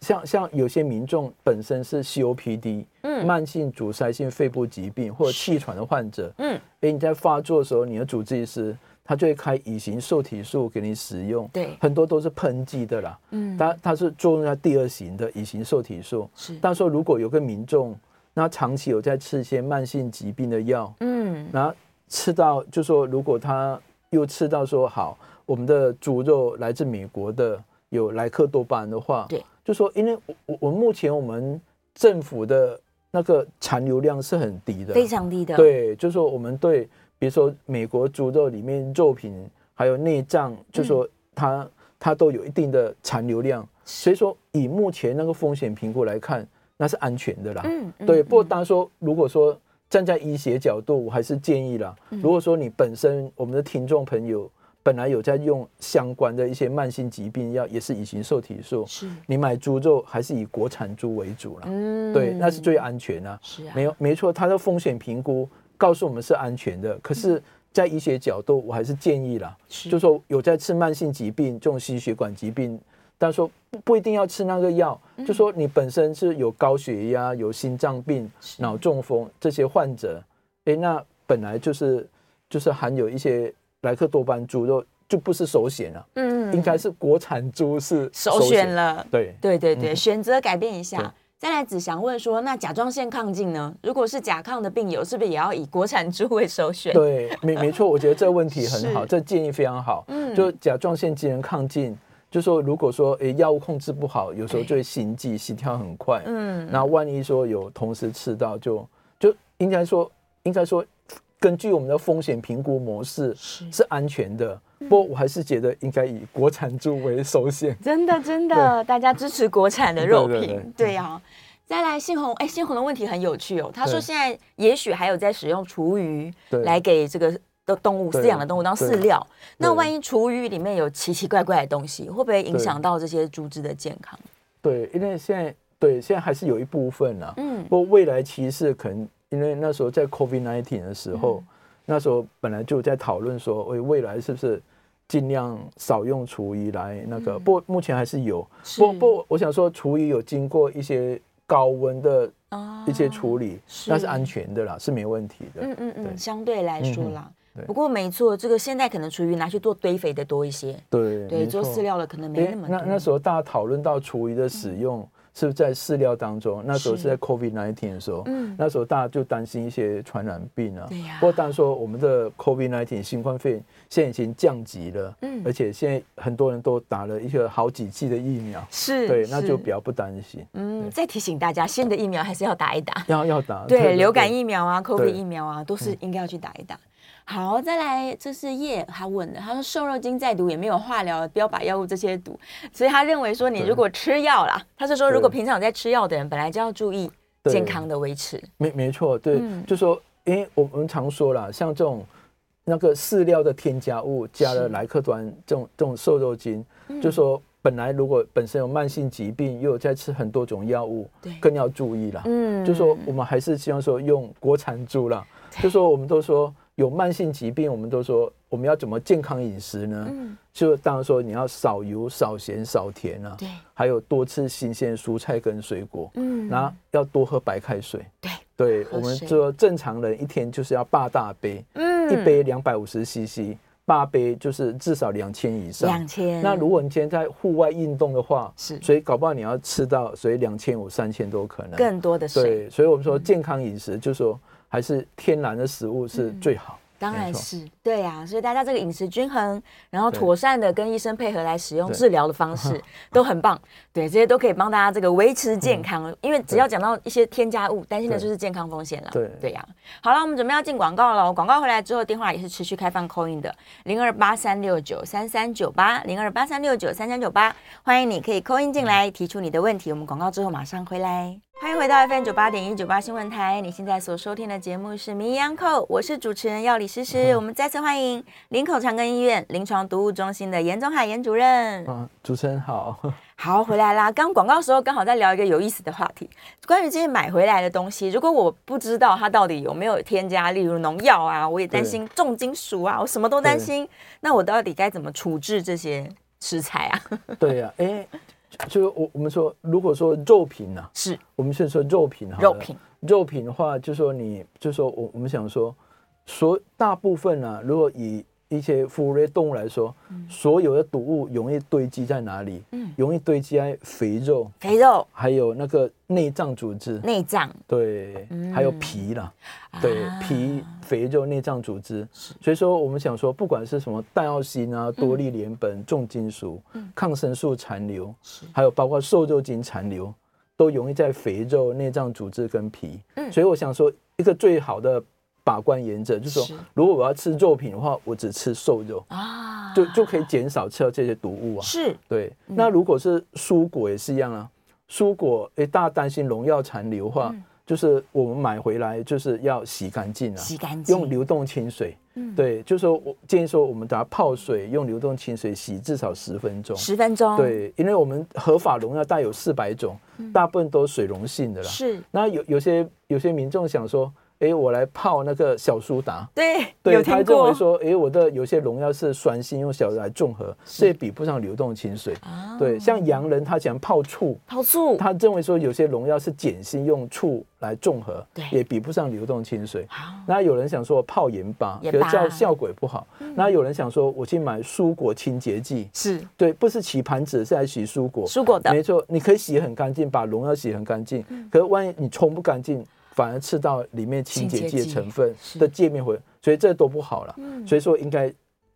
B: 像像有些民众本身是 COPD，
A: 嗯
B: 慢性阻塞性肺部疾病或者气喘的患者，
A: 嗯，
B: 哎，你在发作的时候，你的主治医师他就会开乙型受体素给你使用，
A: 对
B: 很多都是喷剂的啦，
A: 嗯
B: 它它是作用在第二型的乙型受体素，
A: 是，
B: 但说如果有个民众，那长期有在吃一些慢性疾病的药，
A: 嗯
B: 然后吃到就说如果他又吃到说好，我们的猪肉来自美国的有莱克多巴胺的话，
A: 对，
B: 就说因为我我我目前我们政府的那个残留量是很低的，
A: 非常低的，，
B: 啊对，就说我们对比如说美国猪肉里面肉品还有内脏，
A: 嗯
B: 就说它、它都有一定的残留量，所以说以目前那个风险评估来看，那是安全的啦。
A: 嗯，嗯
B: 对，不过
A: 嗯
B: 当然说，如果说站在医学角度，我还是建议啦。
A: 嗯
B: 如果说你本身我们的听众朋友本来有在用相关的一些慢性疾病药，也是乙型受体素，
A: 是，
B: 你买猪肉还是以国产猪为主啦。
A: 嗯
B: 对，那是最安全啊。
A: 是啊，
B: 没有，没错，它的风险评估告诉我们是安全的，可是，在医学角度，我还是建议啦，
A: 嗯是
B: 就说有在吃慢性疾病，这种心血管疾病，但说不不一定要吃那个药，
A: 嗯
B: 就说你本身是有高血压、有心脏病、脑中风这些患者，诶，那本来就是就是含有一些莱克多巴胺猪肉，就不是首选了，
A: 嗯
B: 应该是国产猪是
A: 首选，了，
B: 对。
A: 对对对，选择改变一
B: 嗯对
A: 下。再来，子祥问说，那甲状腺亢进呢？如果是甲亢的病友，是不是也要以国产猪为首选？
B: 对，没没错，我觉得这个问题很好，
A: 是
B: 这建议非常好。
A: 嗯
B: 就甲状腺机能亢进，就说如果说诶药物控制不好，有时候
A: 对
B: 就会心悸、心跳很快。
A: 嗯
B: 那万一说有同时吃到就，就应该说应该说，根据我们的风险评估模式
A: 是嗯
B: 是安全的。不过我还是觉得应该以国产猪为首选。
A: 真 的真的，大家支持国产的肉
B: 对对
A: 品，
B: 对
A: 对呀、再来，信红，哎，信红的问题很有趣哦。他说
B: 对
A: 现在也许还有在使用厨余
B: 对
A: 来给这个的动物
B: 对
A: 饲养的动物当饲
B: 对
A: 料。那
B: 对
A: 万一厨余里面有奇奇怪怪的东西，会不会影响到这些猪只的健康？
B: 对，因为现在对现在还是有一部分啊啦、
A: 嗯，
B: 不过未来其实可能因为那时候在 COVID 1 9的时
A: 嗯
B: 候，那时候本来就在讨论说，诶，未来是不是尽量少用厨余来那个？不过目前还是有。不
A: 嗯是
B: 不，我想说厨余有经过一些高温的
A: 啊
B: 一些处理，
A: 是
B: 那是安全的啦，是没问题的。
A: 嗯嗯嗯，
B: 对
A: 相对来说
B: 嗯哼
A: 啦。
B: 对
A: 不过没错，这个现在可能厨余拿去做堆肥的多一些，
B: 对
A: 对，
B: 没
A: 做
B: 错
A: 饲料的可能没
B: 诶
A: 那么多。嗯
B: 那那时候大家讨论到厨余的使用是不是在饲料当中？那时候
A: 是
B: 是在 COVID 1 9的时候，
A: 嗯
B: 那时候大家就担心一些传染病啊。
A: 对呀
B: 不过当然说我们的 COVID 1 9新冠肺炎现在已经降级了，
A: 嗯
B: 而且现在很多人都打了一个好几剂的疫苗，
A: 是
B: 对，那
A: 是
B: 就比较不担心。
A: 嗯，
B: 对
A: 再提醒大家，新的疫苗还是要打一 打。
B: 要要打
A: 对，流感疫苗啊，COVID
B: 对嗯
A: 疫苗啊，都是应该要去打一打。好，再来，这是叶他问的，他说瘦肉精再毒也没有化疗标靶药物这些毒，所以他认为说你
B: 对
A: 如果吃药啦，他是说如果
B: 对
A: 平常有在吃药的人，本来就要注意
B: 对
A: 健康的维持。
B: 没没错，对，
A: 嗯
B: 就说，因为我们常说啦，像这种那个饲料的添加物加
A: 是嗯
B: 了莱克多胺这种这种瘦肉精，就说本来如果本身有慢性疾病，又有在吃很多种药物
A: 对，
B: 更要注意啦。
A: 嗯
B: 就说我们还是希望说用国产猪啦，就说我们都说有慢性疾病，我们都说我们要怎么健康饮食呢？
A: 嗯
B: 就当然说你要少油、少咸、少甜啊，
A: 对
B: 还有多吃新鲜蔬菜跟水果，
A: 嗯
B: 然后要多喝白开水。
A: 对，
B: 对
A: 喝
B: 我们
A: 水
B: 说正常人一天就是要八大杯，
A: 嗯
B: 一杯两百五十 CC，八杯就是至少两千以上。
A: 两千，
B: 那如果你今天在户外运动的话，
A: 是
B: 所以搞不好你要吃到所以两千五、三千都有可能。
A: 更嗯多的水，
B: 对，所以我们说健康饮食，就说还是天然的食物是
A: 嗯
B: 最好。
A: 当然
B: 没错
A: 是对呀、所以大家这个饮食均衡，然后
B: 对
A: 妥善的跟医生配合来使用
B: 对
A: 治疗的方式 都很棒。对，这些都可以帮大家这个维持健康，因为只要讲到一些添加物，担心的
B: 嗯对
A: 就是健康风险了。
B: 对
A: 对呀、好了，我们准备要进广告了。广告回来之后，电话也是持续开放 c a in 的零二八三六九三三九八零二八三六九三三九八，欢迎你可以 c a in 进来提出你的问题。我们广告之后马上回来。欢迎回到 FM 九八点一九八新闻台，你现在所收听的节目是《名医央叩》，我是主持人药理诗诗。我们再次欢迎林口长庚医院临床毒物中心的严宗海严主任。
B: 啊，主持人好。
A: 好，回来啦！刚广告时候刚好在聊一个有意思的话题，关于这些买回来的东西，如果我不知道它到底有没有添加，例如农药啊，我也担心重金属啊，我什么 都担心，那我到底该怎么处置这些食材啊？
B: 对呀、诶，就是我我们说，如果说肉品呢、啊，
A: 是
B: 我们先说肉品好了
A: 肉品，
B: 肉品的话，就说你，就说我我们想说，所大部分呢、啊，如果以一些哺乳类动物来说，所有的毒物容易堆积在哪里？
A: 嗯
B: 容易堆积在肥肉，
A: 肥肉、
B: 还有那个内脏组织，
A: 内脏
B: 对，
A: 嗯
B: 还有皮啦，对，
A: 啊
B: 皮、肥肉、内脏组织。所以说，我们想说，不管是什么代奥辛啊、
A: 嗯
B: 多利联苯、重金属、抗生素残留，还有包括瘦肉精残留，都容易在肥肉、内脏组织跟皮。
A: 嗯
B: 所以我想说，一个最好的把关原则就是
A: 是
B: 说，如果我要吃肉品的话，我只吃瘦肉，
A: 啊，
B: 就就可以减少吃到这些毒物啊。
A: 是
B: 对，
A: 嗯
B: 那如果是蔬果也是一样啊，蔬果诶，大家担心农药残留的话，
A: 嗯
B: 就是我们买回来就是要洗干净啊，
A: 洗干净，嗯
B: 用流动清水。对，就说我建议说，我们把它泡水，用流动清水洗至少十分钟。
A: 十分钟，，嗯
B: 对，因为我们合法农药大概有四百种，大部分都水溶性的啦。
A: 是，
B: 那有有些有些民众想说，诶，我来泡那个小苏打，
A: 对，有
B: 对，他
A: 听
B: 认
A: 过
B: 为说，诶，我的有些农药是酸性，用小来中和，这也比不上流动清水。
A: 啊，
B: 对，像洋人他想泡醋，
A: 泡醋，
B: 他认为说有些农药是碱性，用醋来中和
A: 对，
B: 也比不上流动清水。
A: 好，
B: 那有人想说泡盐巴，
A: 盐
B: 可是
A: 巴嗯
B: 效效果也不好。那有人想说我去买蔬果清洁剂，
A: 是
B: 对，不是洗盘子，是来洗蔬果。
A: 蔬果的嗯
B: 没错，你可以洗得很干净，把农药洗得很干净。可是万一你冲不干净，反而吃到里面清洁
A: 清洁
B: 剂
A: 剂
B: 的成分
A: 是
B: 的界面回，所以这都不好了。所以说应该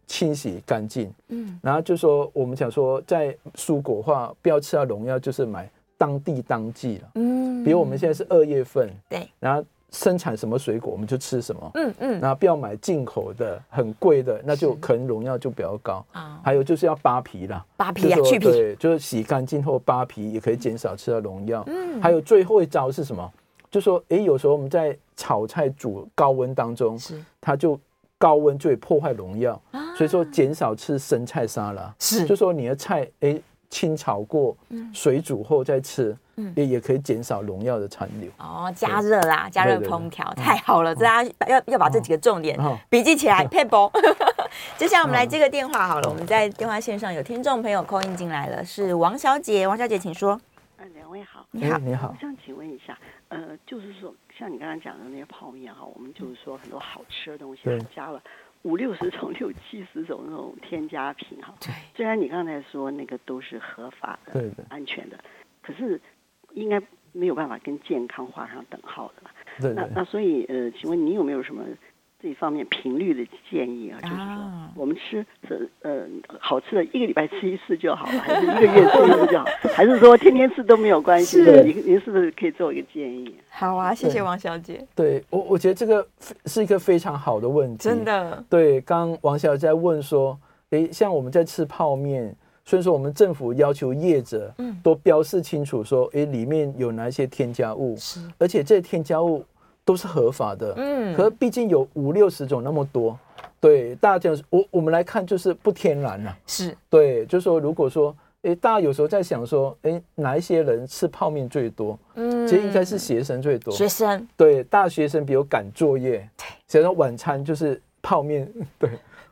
B: 清洗干净。
A: 嗯，
B: 然后就说我们想说，在蔬果化不要吃到农药，就是买当地当季了。
A: 嗯，
B: 比如我们现在是二月份，
A: 对，
B: 然后生产什么水果我们就吃什么，
A: 嗯嗯，
B: 然后不要买进口的很贵的，那就是可能农药就比较高。
A: 啊，
B: 还有就是要扒皮啦，
A: 扒
B: 就
A: 皮
B: 是
A: 啊，
B: 说
A: 去皮，
B: 对，就是洗干净后扒皮也可以减少吃到农药。
A: 嗯
B: 还有最后一招是什么？就说诶，有时候我们在炒菜煮高温当中，
A: 是啊
B: 它就高温就会破坏农药，所以说减少吃生菜沙拉。
A: 是嗯
B: 就说你的菜诶清炒过，水煮后再吃，也也可以减少农药的残留。
A: 哦，加热啦，加热
B: 对对嗯
A: 烹调，太好了，大家要要把这几个重点
B: 哦
A: 笔记起来。佩 博，接下来我
B: 嗯
A: 们来接个电话好了，我们在电话线上有听众朋友 call in 进来了，是王小姐，王小姐请说。
D: 呃，两位好，
A: 你好
B: 诶，你好
D: 我，想请问一下，呃，就是说，像你刚刚讲的那些泡面哈，我们就是说很多好吃的东西啊
B: 对，
D: 加了五六十种、 六七十种那种添加品哈。
A: 对，
D: 虽然你刚才说那个都是合法的、
B: 对的
D: 安全的，可是应该没有办法跟健康画上等号的吧？
B: 对
D: 那
B: 对。
D: 那所以呃，请问你有没有什么这方面频率的建议啊？就是说
A: 啊，
D: 我们吃这呃好吃的，一个礼拜吃一次就好了，还是一个月吃一次就好，还是说天天吃都没有关系？
B: 是
D: 您您是不是可以做一个建议？
A: 好啊，谢谢
B: 对嗯
A: 王小姐，
B: 对我，我觉得这个是一个非常好的问题。
A: 真，的
B: 对，刚刚王小姐在问说，诶，像我们在吃泡面，所以说我们政府要求业者，
A: 嗯
B: 都标示清楚说，诶，里面有哪些添加物，
A: 是，
B: 而且这些添加物都是合法的，
A: 嗯
B: 可是毕竟有五六十种那么多，对，大家我我们来看就是不天然了、
A: 是
B: 对，就说如果说，诶，大家有时候在想说，诶，哪一些人吃泡面最多？
A: 嗯
B: 其实应该是学生最多，
A: 学生
B: 对，大学生比如赶作业，想到晚餐就是泡面。对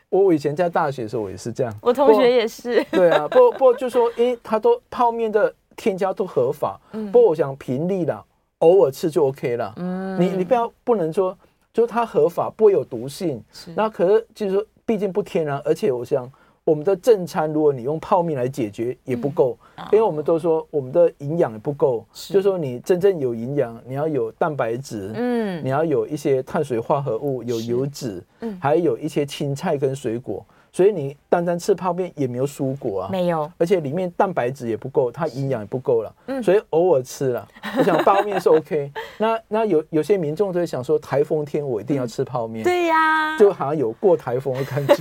B: 我，我以前在大学的时候，我也是这样。
A: 我同
B: 不过
A: 学也是，
B: 对啊，不不过就说，诶，他都泡面的添加都合法，不过我想频率啦，偶尔吃就 OK 啦。
A: 嗯
B: 你你不要不能说，就是它合法不会有毒性，那可是就是说，毕竟不天然，而且我想我们的正餐，如果你用泡面来解决也不够，因为我们都说我们的营养也不够，就是说你真正有营养，你要有蛋白质，
A: 嗯
B: 你要有一些碳水化合物，有油脂，
A: 嗯
B: 还有一些青菜跟水果，所以你单单吃泡面也没有蔬果啊。
A: 没有
B: 而且里面蛋白质也不够，它营养也不够了，
A: 嗯
B: 所以偶尔吃 了。我想泡面是 OK，那那有有些民众就会想说，台风天我一定要吃泡面，
A: 嗯对啊呀，
B: 嗯就好像有过台风 的感觉。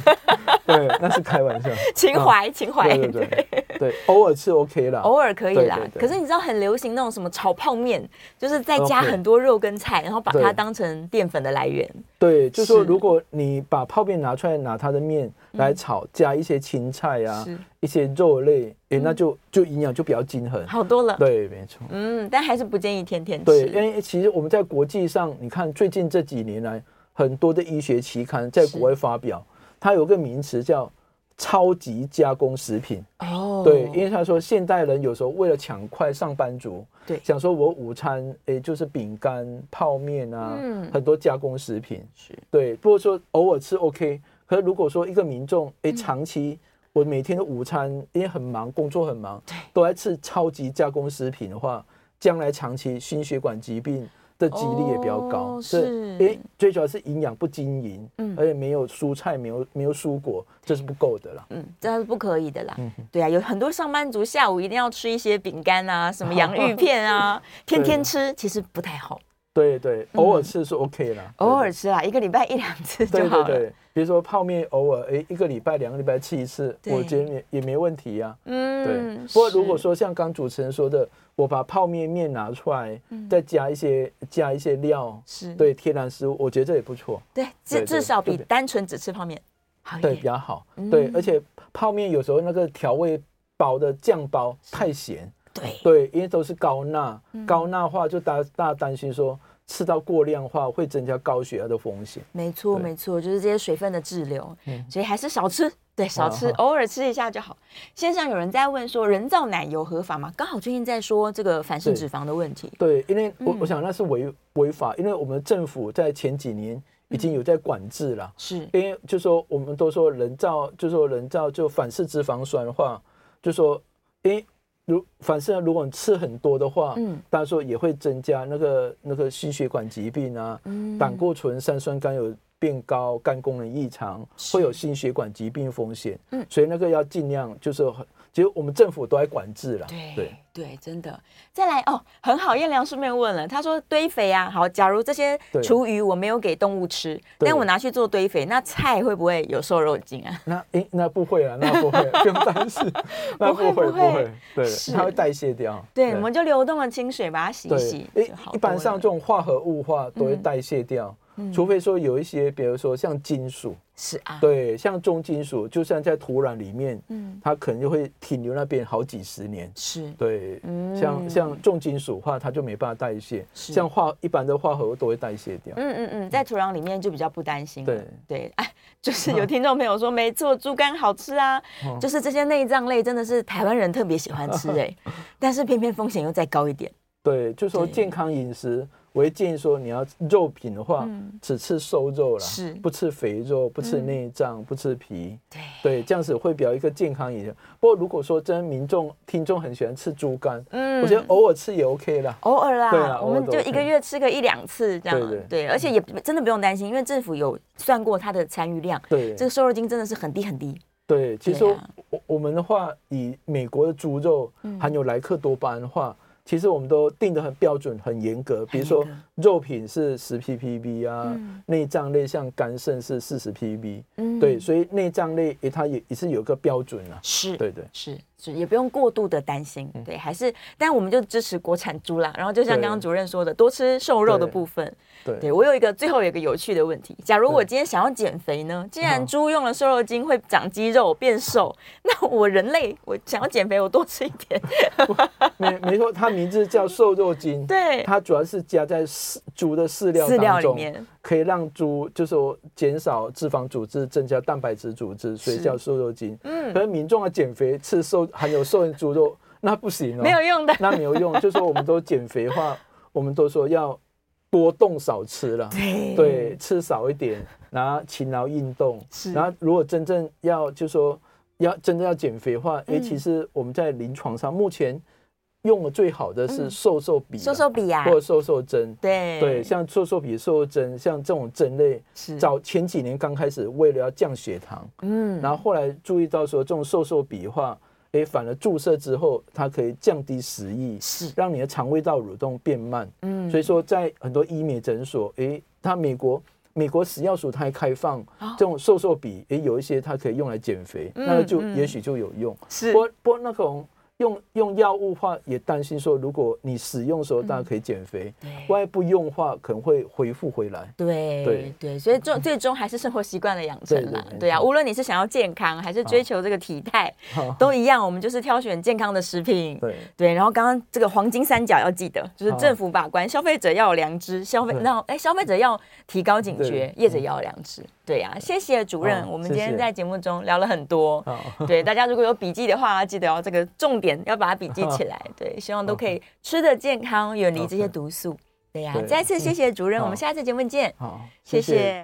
B: 对，那是开玩笑，啊
A: 情怀情怀
B: 嗯对对对对，偶尔吃 OK 啦。
A: 偶尔可以
B: 对
A: 啦
B: 对，对
A: 可是你知道很流行那种什么炒泡面，就是再加
B: OK
A: 很多肉跟菜，然后把它
B: 对
A: 当成淀粉的来源。
B: 对，就是说
A: 是
B: 如果你把泡面拿出来，拿它的面来炒，加一些青菜啊
A: 嗯是，
B: 一些肉类，诶，那就就营养就比较均衡。
A: 嗯好多了。
B: 对，没错。
A: 嗯，但还是不建议天天
B: 对，
A: 吃。
B: 因为其实我们在国际上，你看最近这几年来，很多的医学期刊在
A: 是
B: 国外发表，它有个名词叫超级加工食品。
A: 哦，
B: 对，因为他说现代人有时候为了抢快上班族，
A: 对
B: 想说我午餐诶、就是饼干、泡面啊，
A: 嗯
B: 很多加工食品，
A: 是
B: 对。不过说偶尔吃 OK，可是如果说一个民众
A: 嗯
B: 诶、长期我每天的午餐因为很忙，工作很忙，
A: 对
B: 都在吃超级加工食品的话，将来长期心血管疾病。的几率也比较高，
A: 哦
B: 所以
A: 是
B: 因为最主要是营养不均匀，
A: 嗯
B: 而且没有蔬菜，没有没有蔬果，这是不够的啦。
A: 嗯，这是不可以的啦。
B: 嗯
A: 对啊，有很多上班族下午一定要吃一些饼干啊，什么洋芋片 啊，天天吃其实不太好，
B: 对对，偶尔吃是 OK 啦，
A: 嗯偶尔
B: 对
A: 吃啊，一个礼拜一两次
B: 对
A: 就好
B: 对
A: 了。
B: 对，比如说泡面，偶尔哎一个礼拜、两个礼拜吃一次，
A: 对
B: 我觉得也也没问题呀、啊。对
A: 嗯，，
B: 不过如果
A: 是
B: 说像刚主持人说的，我把泡面面拿出来，再加一些加一些料，
A: 嗯是
B: 对天然食物，我觉得这也不错，
A: 对，至
B: 对
A: 至少比
B: 对对
A: 单纯只吃泡面好一
B: 对比
A: 点。
B: 较好。对
A: 哎嗯，
B: 而且泡面有时候那个调味包的酱包太咸，
A: 对，
B: 对，因为都是高钠，
A: 嗯
B: 高钠化就大大家担心说吃到过量化会增加高血压的风险。
A: 没错
B: 对
A: 没错，就是这些水分的滞留，
B: 嗯啊
A: 所以还是少吃。 对，少吃，
B: 好
A: 偶尔吃一下就好。线上有人在问说，人造奶油合法吗？刚好最近在说这个反式
B: 对
A: 脂肪的问题。
B: 对，因为我、
A: 嗯
B: 我想那是违违法，因为我们政府在前几年已
A: 嗯
B: 经有在管制了，
A: 是，
B: 因为就说我们都说人造，就说人造就反式脂肪酸化，就说因为如反式如果你吃很多的话，
A: 嗯，
B: 当然说也会增加那个那个心血管疾病啊，
A: 嗯
B: 胆固醇、三酸甘油变高、肝功能异常，
A: 是
B: 会有心血管疾病风险，
A: 嗯
B: 所以那个要尽量就是很，其实我们政府都在管制了，
A: 对
B: 对。
A: 真的。再来哦，很好，燕良顺便问了，他说堆肥啊，好，假如这些
B: 对
A: 厨余我没有给动物吃，
B: 对
A: 但我拿去做堆肥，那菜会不会有瘦肉精啊？
B: 那诶，那不会啊，那不会，不用担心， 那
A: 不会
B: 不会
A: 不
B: 不
A: 会
B: 会，对
A: 是，
B: 它会代谢掉。
A: 对，我们就流动的清水把它洗一
B: 对
A: 洗
B: 诶
A: 就好
B: 一
A: 多
B: 般上
A: 了
B: 这种化合物化都会
A: 嗯
B: 代谢掉，除非说有一些，比如说像金属，
A: 是啊，
B: 对，像重金属，就算在土壤里面，
A: 嗯，
B: 它可能就会停留那边好几十年。
A: 是，
B: 对，
A: 嗯
B: 像像重金属化，它就没办法代谢，
A: 是
B: 像化一般的化合物都会代谢掉。
A: 嗯嗯嗯，在土壤里面就比较不担心了。
B: 对嗯
A: 对，哎，就是有听众朋友说，没错，猪肝好吃啊，就是这些内脏类真的是台湾人特别喜欢 吃哎，但是偏偏风险又再高一点。
B: 对，就说
A: 对
B: 健康饮食，我会建议说，你要肉品的话，只吃瘦肉啦，
A: 嗯是嗯
B: 不吃肥肉，不吃内脏，不吃皮。
A: 对，
B: 对，这样子会比较一个健康饮食。不过如果说真民众听众很喜欢吃猪肝，
A: 嗯哦
B: 我觉得偶尔吃也 OK 啦。
A: 偶尔
B: 对
A: 啦，
B: 啦
A: 我
B: 偶尔
A: 们
B: 都
A: 就一个
B: OK
A: 月吃个一两次这样
B: 对对，
A: 对，而且也真的不用担心，因为政府有算过它的残余量，
B: 对
A: 这个瘦肉精真的是很低很低，
B: 对，其实
A: 对啊嗯
B: 我我们的话，以美国的猪肉含有莱克多巴胺的话，其实我们都定的很标准、很严格。比如说
A: 严
B: 肉品是十 ppb 啊，内脏类像肝肾是四十 ppb，
A: 嗯
B: 对，所以内脏类诶它也也是有个标准啊。
A: 是，
B: 对对
A: 是是，也不用过度的担心，对，还是，但我们就支持国产猪啦。然后就像
B: 对
A: 刚刚主任说的，多吃瘦肉的
B: 对
A: 部分。
B: 对
A: 对我有一个最后有一个有趣的问题，假如我
B: 对
A: 今天想要减肥呢，既然
B: 嗯
A: 猪用了瘦肉精会长肌肉变 瘦，那我人类我想要减肥，我多吃一点，
B: 没没错，它名字叫瘦肉 精，
A: 对
B: 它主要是加在饲猪的饲料
A: 饲料
B: 当
A: 里
B: 中，
A: 面
B: 可以让猪就是说减少脂肪组织，增加蛋白质组织，所以
A: 是
B: 叫瘦肉精。
A: 嗯
B: 可是民众要减肥吃瘦含有瘦的猪肉，那不行哦，
A: 没有用的。
B: 那没有用。就说我们都减肥化，我们都说要多动少吃了，
A: 对
B: 对，吃少一点，然后勤劳运动
A: 是，
B: 然后如果真正要就说要真正要减肥的话，
A: 嗯
B: 诶，其实我们在临床上目前用的最好的是瘦瘦笔啦，
A: 嗯瘦瘦笔呀
B: 或，者瘦瘦针。
A: 对嗯
B: 对，像瘦瘦笔、瘦瘦针，像这种针类，
A: 是
B: 早前几年刚开始为了要降血糖，
A: 嗯
B: 然后后来注意到说，这种瘦瘦笔的话，诶，反而注射之后，它可以降低食欲，
A: 是
B: 让你的肠胃道蠕动变慢。
A: 嗯
B: 所以说，在很多医美诊所，诶，它美国美国食药署它还开放这种瘦瘦笔，诶，有一些它可以用来减肥，那个就
A: 哦嗯
B: 也许就有用。
A: 是
B: 不过不过那种用用药物化，也担心说，如果你使用的时候，
A: 嗯
B: 大家可以减肥，万一不用的话，可能会恢复回来。
A: 对
B: 对
A: 所以终最终还是生活习惯的养成啦
B: 对对。嗯没
A: 对啊，
B: 错
A: 无论你是想要健康，还是追求这个体态，都一样，我们就是挑选健康的食品。
B: 对
A: 对，然后刚刚这个黄金三角要记得，就是
B: 好
A: 政府把关，消费者要有良知，消费
B: 对
A: 那哎消费者要提高警觉，
B: 对
A: 业者也要有良知。对呀、谢谢主任。
B: 哦
A: 我们
B: 谢
A: 今
B: 谢
A: 天在节目中聊了很多，
B: 好，
A: 对大家如果有笔记的话，记得要这个重点要把它笔记 起来。对，希望都可以吃的健康，远离这些
B: OK
A: 毒素。对呀、啊
B: 对嗯
A: 再次谢谢主任，
B: 好
A: 我们下次节目见，
B: 好，
A: 谢谢